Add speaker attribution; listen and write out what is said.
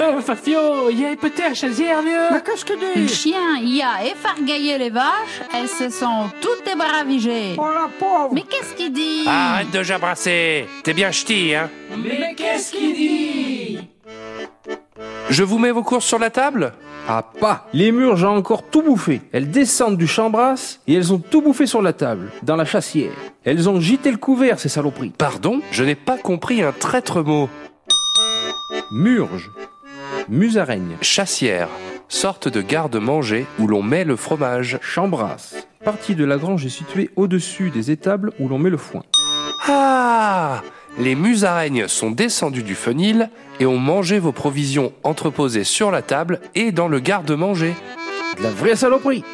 Speaker 1: Euh, Fafio, il y a peut-être un chasier, vieux
Speaker 2: qu'est-ce que
Speaker 3: Le
Speaker 2: dis
Speaker 3: chien y a effargaillé les vaches, elles se sont toutes débaravigées.
Speaker 2: Oh la pauvre Ah.
Speaker 3: Mais qu'est-ce qu'il dit
Speaker 4: Arrête de jabrasser. T'es bien ch'ti, hein
Speaker 1: Mais qu'est-ce qu'il dit
Speaker 4: Je vous mets vos courses sur la table
Speaker 5: Ah pas Les murs, j'ai encore tout bouffé. Elles descendent du chambras et elles ont tout bouffé sur la table, dans la chassière. Elles ont gité le couvert, ces saloperies.
Speaker 4: Pardon, je n'ai pas compris un traître mot.
Speaker 5: Murge. Musaraigne.
Speaker 4: Chassière, sorte de garde-manger où l'on met le fromage.
Speaker 5: Chambras. Partie de la grange est située au-dessus des étables où l'on met le foin.
Speaker 4: Ah Les musaraignes sont descendues du fenil et ont mangé vos provisions entreposées sur la table et dans le garde-manger.
Speaker 5: De la vraie saloperie